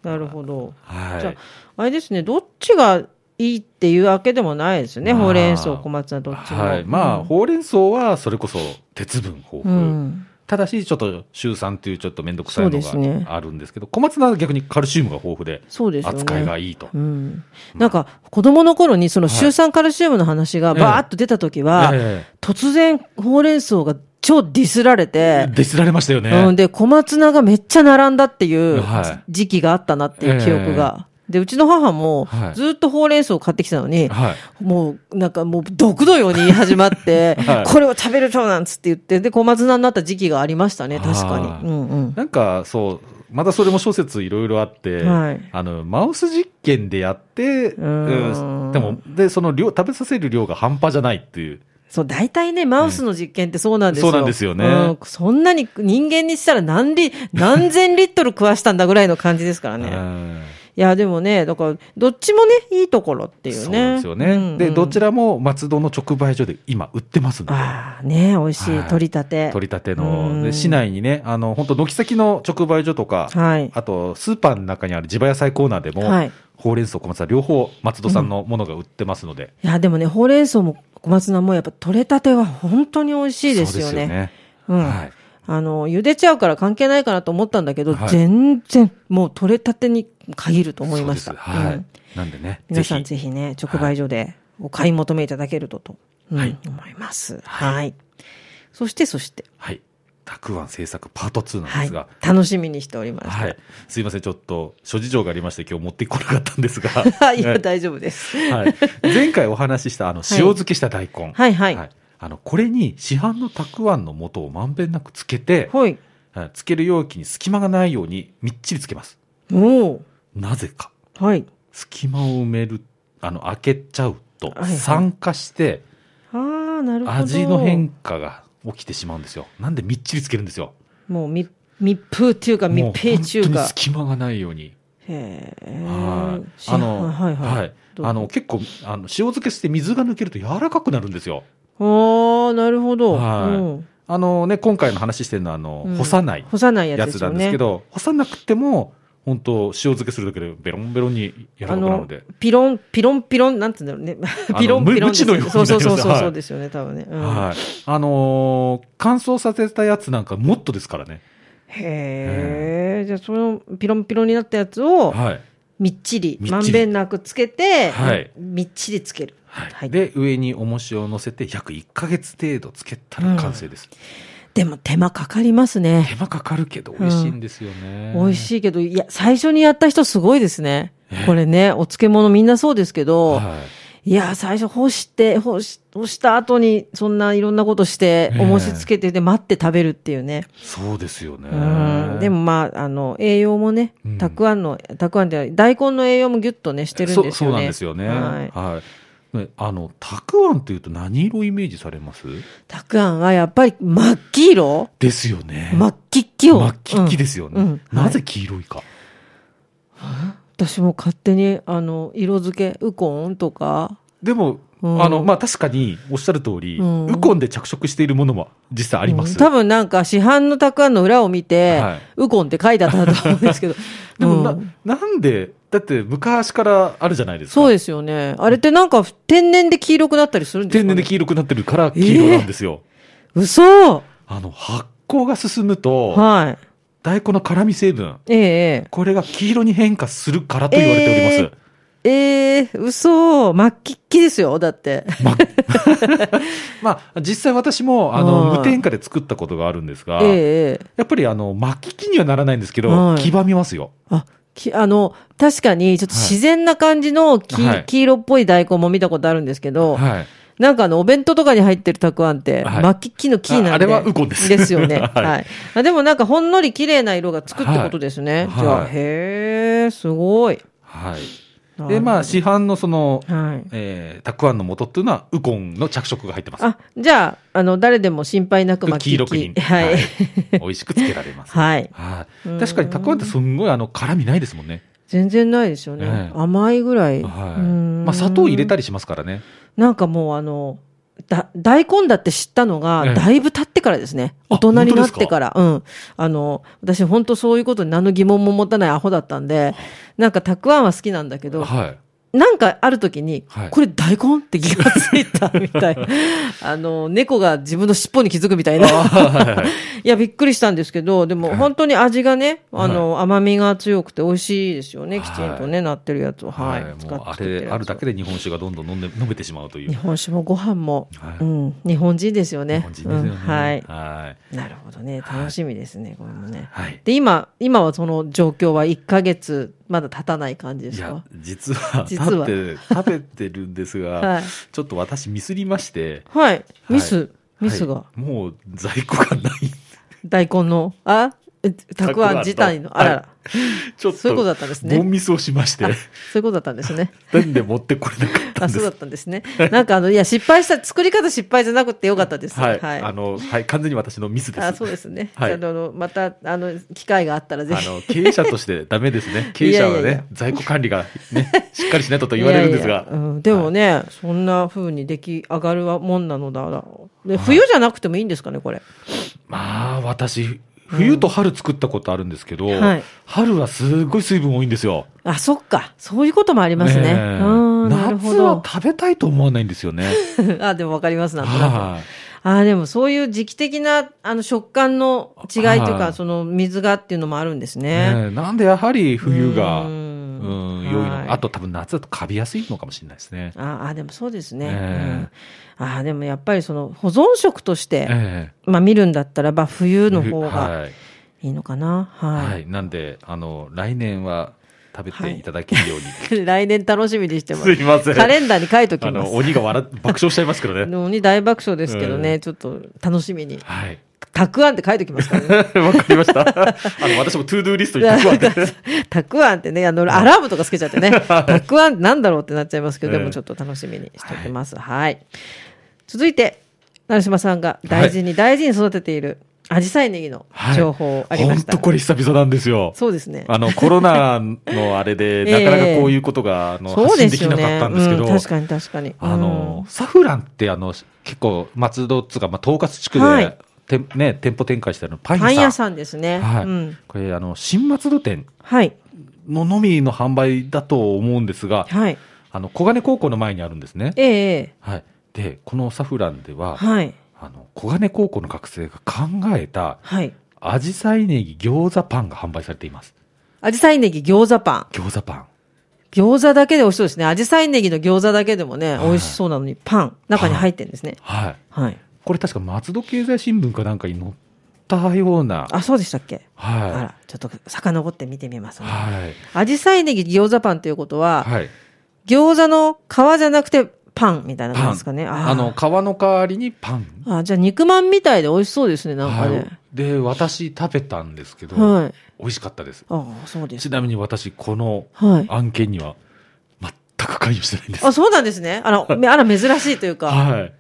Speaker 1: なるほど。
Speaker 2: は
Speaker 1: じゃ
Speaker 2: い。
Speaker 1: あ、あれですね、どっちがいいっていうわけでもないですね。
Speaker 2: まあ
Speaker 1: ほうれん草、小松菜、どっちも。
Speaker 2: はい。まあ、ほうれん草は、それこそ鉄分豊
Speaker 1: う
Speaker 2: 富。
Speaker 1: ん。
Speaker 2: ただし、ちょっと、シュウ酸っていうちょっとめんどくさい
Speaker 1: そう
Speaker 2: の
Speaker 1: ですね
Speaker 2: があるんですけど、小松菜は逆にカルシウムが豊富で、
Speaker 1: そうですよね。
Speaker 2: 扱いがいいと
Speaker 1: う。ん。なんか、子供の頃に、その、
Speaker 2: はい
Speaker 1: シュウ酸カルシウムの話がバーっと出た時は、
Speaker 2: え
Speaker 1: 突然、ほうれん草が超ディスられ
Speaker 2: え
Speaker 1: て、
Speaker 2: ディスられましたよね。
Speaker 1: うん、で、小松菜がめっちゃ並んだっていう
Speaker 2: はい
Speaker 1: 時期があったなっていう記憶が。で、うちの母も
Speaker 2: は、い
Speaker 1: ずっとほうれん草を買ってきたのに、
Speaker 2: はい。
Speaker 1: もう、なんかもう、毒のように言い始まって、
Speaker 2: はい
Speaker 1: これを食べるとなんつって言って、で、小松菜になった時期がありましたね、確か
Speaker 2: はい
Speaker 1: に。うんうん。
Speaker 2: なんか、そう、またそれも諸説いろいろあって、
Speaker 1: はい
Speaker 2: あの、マウス実験でやって、
Speaker 1: ん
Speaker 2: うんでも、で、その量、食べさせる量が半端じゃないっていう。
Speaker 1: そう、大体ね、マウスの実験ってそうなんですよ。
Speaker 2: うんそうなんですよね
Speaker 1: うんそんなに人間にしたら何リ、何千リットル食わしたんだぐらいの感じですから
Speaker 2: う
Speaker 1: ね。
Speaker 2: ん
Speaker 1: いや、でもね、だから、どっちもね、いいところっていうね。
Speaker 2: そうなんですよね。で、どち
Speaker 1: ら
Speaker 2: らも松戸の直売所で今売ってますので。
Speaker 1: ああ、ね、美味しい、
Speaker 2: はい
Speaker 1: 取りたて。
Speaker 2: 取り立て
Speaker 1: うん
Speaker 2: の、で市内にね、あの、本当軒先の直売所とか、
Speaker 1: はい
Speaker 2: あと、スーパーの中にある地場野菜コーナーでも、
Speaker 1: はい
Speaker 2: ほうれん草、小松菜、両方、松戸さんのものが売ってますので。
Speaker 1: いや、でもね、ほうれん草も小松菜もやっぱ取れたては本当に美味しいですよ
Speaker 2: そうですよ
Speaker 1: ね。
Speaker 2: ね。
Speaker 1: うん
Speaker 2: はい。
Speaker 1: あの、茹でちゃうから関係ないかなと思ったんだけど、
Speaker 2: はい
Speaker 1: 全然もう取れたてに限ると思いました。
Speaker 2: そうですはい。
Speaker 1: うん
Speaker 2: なんでね。
Speaker 1: 皆さん
Speaker 2: ぜ
Speaker 1: ぜひね、直売所でお買い求めいただけるとと、うん
Speaker 2: はい
Speaker 1: 思います。はい。そして、そして
Speaker 2: ひ、はい。たくあん制作パート2なん
Speaker 1: は
Speaker 2: で
Speaker 1: い
Speaker 2: すが。。
Speaker 1: 楽しみにしております。
Speaker 2: はい。すいません。ちょっと、諸事情がありまして、今日持ってこなかったんです が。
Speaker 1: はい。いや、
Speaker 2: ね
Speaker 1: 大丈夫です。
Speaker 2: はい。前回お話しした、あの、塩漬けした大根。
Speaker 1: はいはい
Speaker 2: あの、これに市販のたくあんの素をまんべんなくつけて、
Speaker 1: はい。
Speaker 2: はいつける容器に隙間がないようにみっちりつけます。
Speaker 1: おう
Speaker 2: なぜか。
Speaker 1: はい。
Speaker 2: 隙間を埋める、あの、開けちゃうと
Speaker 1: はいは、い
Speaker 2: 酸化して、
Speaker 1: ああ、なるほど。
Speaker 2: 味の変化が起きてしまうんですよ。なんでみっちりつけるんですよ。
Speaker 1: もう密密封っていうか
Speaker 2: もう
Speaker 1: 密閉中
Speaker 2: 本当
Speaker 1: か。
Speaker 2: に隙間がないように。
Speaker 1: へえ。
Speaker 2: はい。
Speaker 1: 市販
Speaker 2: あの、
Speaker 1: は
Speaker 2: はいい
Speaker 1: はい。どう
Speaker 2: あの、結構、あの、塩漬けして水が抜けると柔らかくなるんですよ。
Speaker 1: ああ、なるほど。
Speaker 2: はい
Speaker 1: うん
Speaker 2: あのね、今回の話してるのは、あの、干さない
Speaker 1: 干さないや
Speaker 2: や
Speaker 1: つで
Speaker 2: つ
Speaker 1: す
Speaker 2: な
Speaker 1: よ
Speaker 2: んです
Speaker 1: ね
Speaker 2: け。ど、干さなくても、本当塩漬けするだけでベロンベロンに柔ら
Speaker 1: あ
Speaker 2: かくなる
Speaker 1: の
Speaker 2: ので。
Speaker 1: ピロンピロンピロンなんつうんだろうね
Speaker 2: の
Speaker 1: ピロンピロン
Speaker 2: む無知のようになります
Speaker 1: そうそうそうそう
Speaker 2: はい
Speaker 1: そうですよね多分ね、うん
Speaker 2: はい。あのー乾燥させたやつなんかもっとですからね。
Speaker 1: へえじゃあそのピロンピロンになったやつを
Speaker 2: はい。
Speaker 1: みっちり
Speaker 2: みっちり
Speaker 1: まんべんなくつけて、
Speaker 2: はい
Speaker 1: みっちりつける、
Speaker 2: はい、で、上に重しを乗せて約1ヶ月程度つけたら完成です。
Speaker 1: でも手間かかりますね
Speaker 2: 手間かかるけど美味しいんですよね。
Speaker 1: 美味
Speaker 2: い。
Speaker 1: しいけどいや最初にやった人すごいですねこれねお漬物みんなそうですけど、
Speaker 2: はい
Speaker 1: いや、最初干して、干し、干した後に、そんないろんなことして
Speaker 2: え、え
Speaker 1: 重しつけて、で、待って食べるっていうね。
Speaker 2: そうですよね
Speaker 1: うん。。でもまあ、あの、栄養もね
Speaker 2: うん、
Speaker 1: たくあんの、たくあんではない、大根の栄養もギュッとね、してるんですよね。
Speaker 2: そうそうなんですよね。
Speaker 1: はい。
Speaker 2: はい。ねあの、たくあんっていうと何色イメージされます
Speaker 1: たくあんはやっぱり真っ黄色
Speaker 2: ですよね。
Speaker 1: 真っ黄っ黄を。
Speaker 2: 真っ黄々ですよね、
Speaker 1: うんうん
Speaker 2: なぜ黄色いか。
Speaker 1: うん私も勝手に、あの、色付け、ウコンとか、
Speaker 2: でも、
Speaker 1: うん
Speaker 2: あの、まあ、確かにおっしゃる通り、
Speaker 1: うん
Speaker 2: ウコンで着色しているものも実際あります。
Speaker 1: うん多分なんか市販のたくあんの裏を見て、
Speaker 2: はい。
Speaker 1: ウコンって書いてあったと思うんですけど
Speaker 2: でもな、
Speaker 1: うん
Speaker 2: なんで、だって昔からあるじゃないですか。
Speaker 1: そうですよね。あれってなんか天然で黄色くなったりするんですか、
Speaker 2: 天
Speaker 1: ね、
Speaker 2: 然で黄色くなってるから黄色なんですよ。
Speaker 1: 嘘
Speaker 2: あの、発酵が進むと、
Speaker 1: はい。
Speaker 2: 大根の辛味成分、
Speaker 1: ええ
Speaker 2: これが黄色に変化するからと言われております。
Speaker 1: ええええ嘘真っ黄っ黄ですよだって。
Speaker 2: まあ、実際私も、あの、
Speaker 1: はい
Speaker 2: 無添加で作ったことがあるんですが、
Speaker 1: ええええ
Speaker 2: やっぱりあの、巻き木にはならないんですけど、
Speaker 1: はい
Speaker 2: 黄ばみますよ。
Speaker 1: あ、き、あの、確かにちょっと自然な感じの黄,、
Speaker 2: はい
Speaker 1: 黄色っぽい大根も見たことあるんですけど、
Speaker 2: はい。
Speaker 1: なんかあの、お弁当とかに入ってるたくあんって、
Speaker 2: はい
Speaker 1: 真っ黄っ黄の黄なんで。
Speaker 2: ああれはウコンです
Speaker 1: です よね。
Speaker 2: はい
Speaker 1: はい。あでもなんかほんのり綺麗な色がつくってことですね。
Speaker 2: はい
Speaker 1: じゃ
Speaker 2: は
Speaker 1: あ、
Speaker 2: い
Speaker 1: へえ、すごい。
Speaker 2: はい。で、まあ、市販のその、
Speaker 1: はい。
Speaker 2: えー、たくあんの元っていうのは、ウコンの着色が入ってます。
Speaker 1: あ、じゃあ、あの、誰でも心配なく巻き
Speaker 2: 黄色くに、
Speaker 1: はい。
Speaker 2: 美味しくつけられます。
Speaker 1: はい。
Speaker 2: はい確かにたくあんってすんごいあの辛みないですもんね。
Speaker 1: 全然ないですよね。
Speaker 2: ええ
Speaker 1: 甘いぐらい。
Speaker 2: はい。
Speaker 1: うん
Speaker 2: まあ砂糖入れたりしますからね。
Speaker 1: なんかもうあの、だ、大根だって知ったのが、
Speaker 2: ええ
Speaker 1: だいぶ経ってからですね。
Speaker 2: あ
Speaker 1: 大人になってから。うん。あの、私本当そういうことに何の疑問も持たないアホだったんで、なんかたくあんは好きなんだけど、
Speaker 2: はい。
Speaker 1: なんかある時に、
Speaker 2: はい
Speaker 1: これ大根って気がついたみたい な。あの、猫が自分の尻尾に気づくみたいな。 いや、びっくりしたんですけど、でも
Speaker 2: はい
Speaker 1: 本当に味がね、あの、甘みが強くて美味しいですよね。
Speaker 2: はい
Speaker 1: きちんとね、なってるやつを。は。
Speaker 2: はいい。
Speaker 1: 使
Speaker 2: もう
Speaker 1: っ
Speaker 2: あ
Speaker 1: てるやつ
Speaker 2: れ、あるだけで日本酒がどんどん飲んで、飲めてしまうとい
Speaker 1: 日
Speaker 2: う。
Speaker 1: 本酒もご飯も、
Speaker 2: はい
Speaker 1: うん、日本人ですよね。
Speaker 2: 日本人ですよね。
Speaker 1: うんはい。
Speaker 2: はい。
Speaker 1: なるほどね。楽しみですね、これもね。
Speaker 2: はい。
Speaker 1: で、今、今はその状況は1ヶ月、まだ経たない感じで
Speaker 2: い
Speaker 1: す
Speaker 2: や
Speaker 1: か、
Speaker 2: 実は、
Speaker 1: 実は
Speaker 2: 立って、食べてるんですが、
Speaker 1: はい
Speaker 2: ちょっと私ミスりまして、
Speaker 1: はい。ミス、ミス
Speaker 2: は
Speaker 1: が。
Speaker 2: いもう在庫がない。
Speaker 1: 大根の、あえたくあん自体の、
Speaker 2: たくあ
Speaker 1: あ
Speaker 2: んと
Speaker 1: らら。
Speaker 2: ちょっ と、
Speaker 1: そういうことだったんですね
Speaker 2: ボンミスをしまして
Speaker 1: あ、そういうことだったんですね。
Speaker 2: なんで持ってこ れなかった
Speaker 1: あ、
Speaker 2: んで
Speaker 1: そうだ
Speaker 2: す
Speaker 1: ったんですね。なんかあの、いや、失敗した、作り方失敗じゃなくてよかったです。
Speaker 2: はい、あの、はい、完全に私のミスです。
Speaker 1: あそうですね。
Speaker 2: はい
Speaker 1: じゃあ、あの、また、あの、機会があったらぜ
Speaker 2: あ
Speaker 1: ひ。
Speaker 2: の経営者としてダメですね。経営者はね、
Speaker 1: いやいやいや
Speaker 2: 在庫管理がね、しっかりしないとと言われるんです
Speaker 1: い
Speaker 2: が
Speaker 1: やい。やうんでもね、そんな風に出来上がるはもんなのだら。で、冬じゃなくてもいいんですかね、これ。
Speaker 2: まあ、私、冬と春作ったことあるんですけど、
Speaker 1: はい
Speaker 2: 春はすごい水分多いんですよ。
Speaker 1: あ、そっか。そういうこともありますね。
Speaker 2: え
Speaker 1: うん、なるほ
Speaker 2: 夏は
Speaker 1: ど。
Speaker 2: 食べたいと思わないんですよ ね。
Speaker 1: あ、でもわかります、なんとなく。
Speaker 2: は
Speaker 1: あーでもそういう時期的なあの食感の違いという
Speaker 2: は
Speaker 1: か、
Speaker 2: い
Speaker 1: その水がっていうのもあるんです
Speaker 2: い、
Speaker 1: ね。
Speaker 2: ねえなんでやはり冬が、
Speaker 1: う
Speaker 2: うんん、良いの
Speaker 1: はい
Speaker 2: か。あと多分夏だとカビやすいのかもしれないですね。
Speaker 1: ああ、でもそうですね。
Speaker 2: え
Speaker 1: うん、ああ、でもやっぱりその保存食として、
Speaker 2: え
Speaker 1: まあ見るんだったらば冬
Speaker 2: え
Speaker 1: の方が
Speaker 2: はい。
Speaker 1: いいのかな。はい。
Speaker 2: はい。なんで、あの、来年は食べていただけるように。
Speaker 1: 来年楽しみにしてます。
Speaker 2: すいません
Speaker 1: カレンダーに書いとき
Speaker 2: あ
Speaker 1: ます
Speaker 2: の、。鬼が笑っ爆笑しちゃいますけ どね。
Speaker 1: のに大爆笑ですけどね、
Speaker 2: う
Speaker 1: ちょっと楽しみに。
Speaker 2: はい。
Speaker 1: たくあんって書いときますからね。
Speaker 2: わかりました。あの、私もトゥードゥーリストに書くわけです。
Speaker 1: たくあんってね、あの、アラームとかつけちゃって ね。たくあんってなんだろうってなっちゃいますけど、
Speaker 2: ええ
Speaker 1: でもちょっと楽しみにしておきます。はい。続いて、成島さんが大事に大事に育てている、アジサイネギの
Speaker 2: はい
Speaker 1: 情報ありました。
Speaker 2: 本当これ久々なんですよ。
Speaker 1: そうですね。
Speaker 2: あの、コロナのあれで、
Speaker 1: ええ
Speaker 2: なかなかこういうことが、あの、
Speaker 1: そう
Speaker 2: 発
Speaker 1: で
Speaker 2: 信です
Speaker 1: よ
Speaker 2: きなかっ
Speaker 1: ね。
Speaker 2: たんですけど、
Speaker 1: うん、確かに確かに。
Speaker 2: あの、サフランって、あの、結構、松戸っつうか、まあ、東葛地区で、
Speaker 1: はい
Speaker 2: てね、店舗展開してあるパン屋
Speaker 1: パ
Speaker 2: さん。
Speaker 1: ン屋さんですね。
Speaker 2: はい。
Speaker 1: うん。
Speaker 2: これ、あの、新松戸店
Speaker 1: はい。
Speaker 2: ののみの販売だと思うんですが、
Speaker 1: はい。
Speaker 2: あの、小金高校の前にあるんですね。
Speaker 1: えええ
Speaker 2: はい。で、このサフランで
Speaker 1: え
Speaker 2: は、
Speaker 1: はい。
Speaker 2: あの、小金高校の学生が考えた、
Speaker 1: はい。
Speaker 2: アジサイネギ餃子パンが販売されています。
Speaker 1: アジサイネギ餃子パン。
Speaker 2: 餃子パン。
Speaker 1: 餃子だけで美味しそうですね。アジサイネギの餃子だけでもね、
Speaker 2: はい
Speaker 1: 美味しそうなのにパン、中に入ってるんですね。
Speaker 2: はい。
Speaker 1: はい。
Speaker 2: これ確か松戸経済新聞かなんかに載ったような。
Speaker 1: あ、そうでしたっけあ
Speaker 2: は
Speaker 1: ら、ちょっと遡って見てみます
Speaker 2: い。
Speaker 1: ね。
Speaker 2: はい。
Speaker 1: アジサイネギ餃子パンということは、
Speaker 2: はい。
Speaker 1: 餃子の皮じゃなくてパンみたいな感じですかね。あー
Speaker 2: あの、皮の代わりにパン。
Speaker 1: あ、じゃあ肉まんみたいで美味しそうですね、なんか
Speaker 2: は
Speaker 1: ね
Speaker 2: い。。で、私食べたんですけど、
Speaker 1: はい。
Speaker 2: 美味しかったです。
Speaker 1: ああ、そうです。
Speaker 2: ちなみに私、この
Speaker 1: はい。
Speaker 2: 案件には全く関与してないんです。
Speaker 1: あ、そうなんですね。あ ら、めあら珍しいというか。
Speaker 2: はい。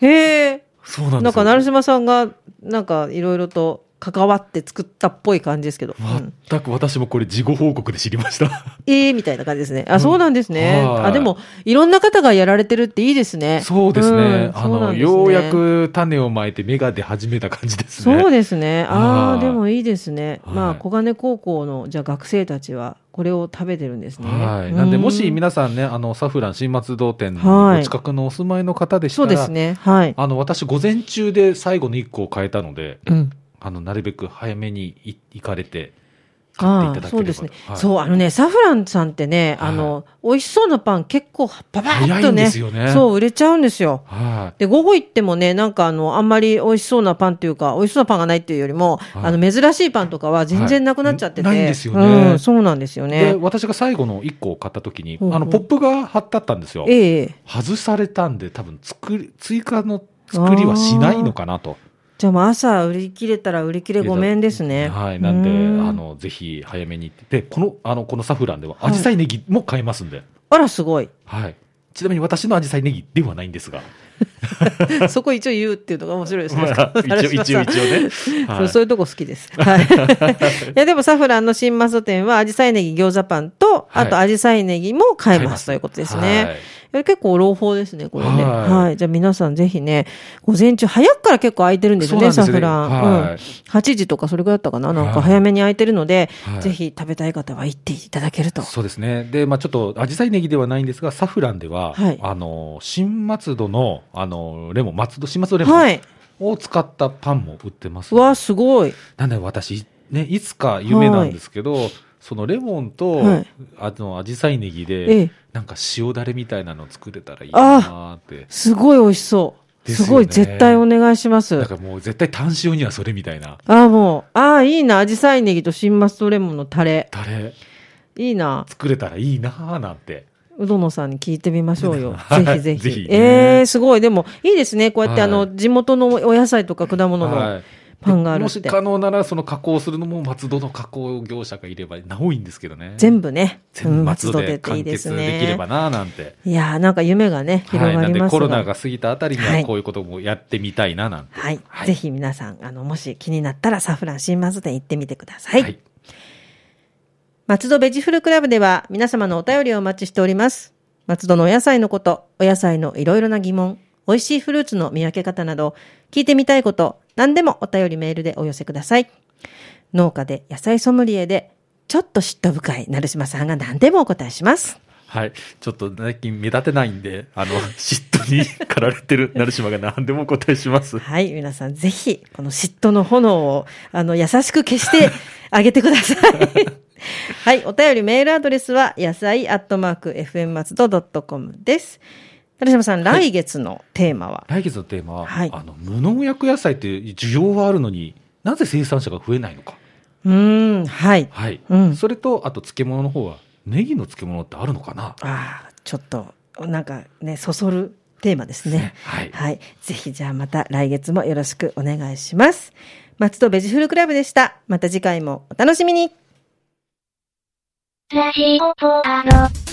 Speaker 1: へえ。
Speaker 2: そうなんですよ
Speaker 1: なんか、成島さんが、なんか、いろいろと関わって作ったっぽい感じですけど。うん
Speaker 2: 全く私もこれ、事後報告で知りました。
Speaker 1: ええみたいな感じですね。あ、そうなんですね。
Speaker 2: はい
Speaker 1: あ、でも、いろんな方がやられてるっていいですね。
Speaker 2: そうですね。
Speaker 1: ん
Speaker 2: あ
Speaker 1: そうなん
Speaker 2: の、
Speaker 1: ですね
Speaker 2: ようやく種をまいて芽が出始めた感じですね。
Speaker 1: そう
Speaker 2: で
Speaker 1: ですね。あ
Speaker 2: は
Speaker 1: あ、
Speaker 2: い
Speaker 1: でもいいですね。
Speaker 2: はい
Speaker 1: まあ、小金高校の、じゃあ学生たちは、これを食べてるんですね。
Speaker 2: はい。なんで、もし
Speaker 1: うん
Speaker 2: 皆さんね、あの、サフラン新松戸店の
Speaker 1: はい
Speaker 2: お近くのお住まいの方でした
Speaker 1: そう
Speaker 2: ら、
Speaker 1: ですね。はい。
Speaker 2: あの、私、午前中で最後の1個を変えたので、
Speaker 1: うん。
Speaker 2: あの、なるべく早めにい行かれて、買
Speaker 1: あ
Speaker 2: っていただければ
Speaker 1: あ、そうですね、
Speaker 2: はい
Speaker 1: そう、あのね、サフランさんってね、
Speaker 2: はい
Speaker 1: あの、美味しそうなパン結構、パパッ
Speaker 2: 早い
Speaker 1: と
Speaker 2: ん
Speaker 1: ね
Speaker 2: ですよね
Speaker 1: そう、売れちゃうんですよ。
Speaker 2: はい。
Speaker 1: で、午後行ってもね、なんかあの、あんまり美味しそうなパンというか、美味しそうなパンがないっていうよりも、
Speaker 2: はい
Speaker 1: あの、珍しいパンとかは全然なくなっちゃってて。
Speaker 2: はいないんですよね
Speaker 1: うん、そうなんですよ
Speaker 2: で、
Speaker 1: ね。
Speaker 2: 私が最後の1個を買った時に、
Speaker 1: ほうほう
Speaker 2: あの、ポップが貼ってあったんですよ。
Speaker 1: ええ
Speaker 2: 外されたんで、多分作り、追加の作りはしないのかなと。
Speaker 1: じゃあもう朝売り切れたら売り切れごめんですね。
Speaker 2: はい。なんで、
Speaker 1: う
Speaker 2: あ、の、ぜひ早めに行って。で、この、あの、このサフランでは、
Speaker 1: は
Speaker 2: ア
Speaker 1: い
Speaker 2: ジサイネギも買えますんで。
Speaker 1: あら、すごい。
Speaker 2: はい。ちなみに私のアジサイネギではないんですが。
Speaker 1: そこ一応言うっていうのが面白いですね。
Speaker 2: まあ一応、一応、一応 ね。
Speaker 1: そうそういうとこ好きです。 はい。いや、でもサフランの新マスト店は、アジサイネギ餃子パンと、
Speaker 2: はい
Speaker 1: あとアジサイネギも買え
Speaker 2: 買え
Speaker 1: ま
Speaker 2: ます
Speaker 1: すということですね。。いや結構朗報ですね、これね。
Speaker 2: はい
Speaker 1: はい。じゃあ皆さんぜひね、午前中早くから結構空いてるんですよね、サ
Speaker 2: そうなんです
Speaker 1: フ
Speaker 2: よね
Speaker 1: ラン。
Speaker 2: はい
Speaker 1: うん。8時とかそれぐらいだったかななん
Speaker 2: は
Speaker 1: か
Speaker 2: い
Speaker 1: 早めに空いてるので、
Speaker 2: はい
Speaker 1: ぜひ食べたい方は行っていただけると。
Speaker 2: そうですね。で、まあちょっと、アジサイネギではないんですが、サフランでは、
Speaker 1: はい
Speaker 2: あの、新松戸の、あの、レモン、松戸、新松戸レモン
Speaker 1: はい。
Speaker 2: を使ったパンも売ってます。
Speaker 1: うわ、すごい。
Speaker 2: なんで私、ね、いつか夢なんですけど、そのレモンと、
Speaker 1: はい
Speaker 2: あの、アジサイネギで、
Speaker 1: ええ。
Speaker 2: なんか塩だれみたいなの作れたらいいなーって。
Speaker 1: すごい美味しそう。
Speaker 2: ですよ
Speaker 1: す
Speaker 2: ね
Speaker 1: ごい、絶対お願いします。
Speaker 2: だからもう絶対単塩にはそれみたいな。
Speaker 1: ああ、もう、ああ、いいな。アジサイネギと新マストレモンのタレ。
Speaker 2: タレ
Speaker 1: いいな。
Speaker 2: 作れたらいいなーなんて。
Speaker 1: うどのさんに聞いてみましょうよ。
Speaker 2: は
Speaker 1: ぜ
Speaker 2: い
Speaker 1: ひぜひ。
Speaker 2: ぜひね
Speaker 1: ええすごい。でも、いいですね。こうやって、
Speaker 2: はい
Speaker 1: あの、地元のお野菜とか果物
Speaker 2: は
Speaker 1: の
Speaker 2: い
Speaker 1: パンがある
Speaker 2: も
Speaker 1: っ。
Speaker 2: して可能なら、その加工するのも松戸の加工業者がいれば、なおいいんですけどね。
Speaker 1: 全部ね。
Speaker 2: 全部松戸
Speaker 1: うん
Speaker 2: で
Speaker 1: ってい
Speaker 2: 完
Speaker 1: いで
Speaker 2: 結
Speaker 1: す
Speaker 2: できれば
Speaker 1: ね。
Speaker 2: なーなんて。
Speaker 1: いやー、なんか夢がね、
Speaker 2: は
Speaker 1: 広
Speaker 2: い。
Speaker 1: が
Speaker 2: なん
Speaker 1: り
Speaker 2: で
Speaker 1: ます
Speaker 2: コロ
Speaker 1: が
Speaker 2: ナが過ぎたあたりに
Speaker 1: は
Speaker 2: はいこういうこともやってみたいななんて。
Speaker 1: はい、
Speaker 2: はい
Speaker 1: ぜひ皆さん、あの、もし気になったらサフラン新松戸店行ってみてください。
Speaker 2: はい
Speaker 1: 松戸ベジフルクラブでは皆様のお便りをお待ちしております。松戸のお野菜のこと、お野菜のいろいろな疑問、美味しいフルーツの見分け方など、聞いてみたいこと、何でもお便りメールでお寄せください。農家で野菜ソムリエで、ちょっと嫉妬深い成島さんが何でもお答えします。
Speaker 2: はい。ちょっと最近目立てないんで、あの、嫉妬に 駆られてる成島が何でもお答えします。
Speaker 1: はい、皆さんぜひ、この嫉妬の炎を、あの、優しく消 してあげてください。 はい、お便りメールアドレスは、野菜アットマーク FM 松戸 .com です。田島さん、
Speaker 2: はい
Speaker 1: 来月のテーマは、
Speaker 2: 来月のテーマは、
Speaker 1: はい
Speaker 2: あの、無農薬野菜って需要はあるのに、なぜ生産者が増えないのか。
Speaker 1: うーん、はい。
Speaker 2: はい。
Speaker 1: うん
Speaker 2: それと、あと漬物の方は、ネギの漬物ってあるのかな
Speaker 1: ああ、ちょっと、なんかね、そそるテーマですね。
Speaker 2: はい。
Speaker 1: はい。ぜひ、じゃあまた来月もよろしくお願いします。松戸ベジフルクラブでした。また次回もお楽しみに。
Speaker 3: ラジオポアド。